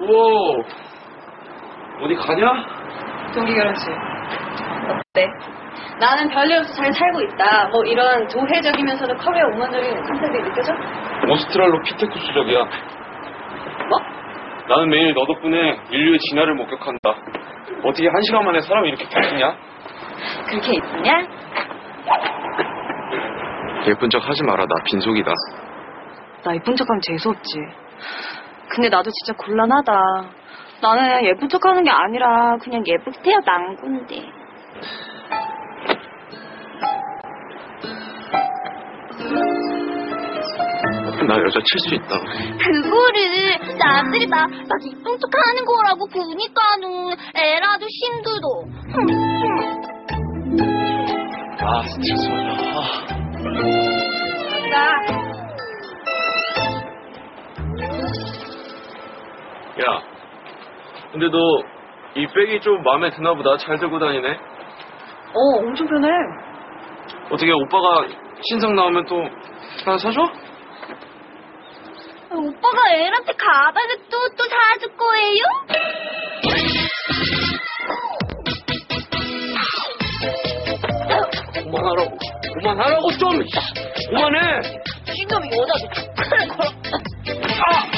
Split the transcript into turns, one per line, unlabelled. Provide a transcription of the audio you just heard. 오 어디 가냐?
동기 결혼식. 네.
어때? 나는 별일 없이 잘 살고 있다. 뭐 이런 도회적이면서도 커리어 우먼적인 컨셉이 느껴져?
오스트랄로 피테쿠스적이야.
뭐?
나는 매일 너 덕분에 인류의 진화를 목격한다. 어떻게 한 시간 만에 사람이 이렇게 바뀌냐?
그렇게 이쁘냐?
예쁜 척 하지 마라. 나 빈속이다.
나 예쁜 척하면 재수없지. 근데 나도 진짜 곤란하다. 나는 예쁜 척하는 게 아니라 그냥 예쁘게 태어난 건데.
나 여자 칠 수 있다.
그거를 남들이 나, 나 이쁜 척 하는 거라고 보니까는 애라도 힘들어.
아 스트레스 받아.
나
야 근데 너 이 백이 좀 마음에 드나 보다. 잘 들고 다니네.
어, 엄청 편해.
어떻게 오빠가 신상 나오면 또 하나 사줘?
오빠가 애한테 가방을 또, 또 사줄 거예요?
그만하라고. 그만하라고 좀. 그만해.
신놈이 여자도 그래 걸어.
아!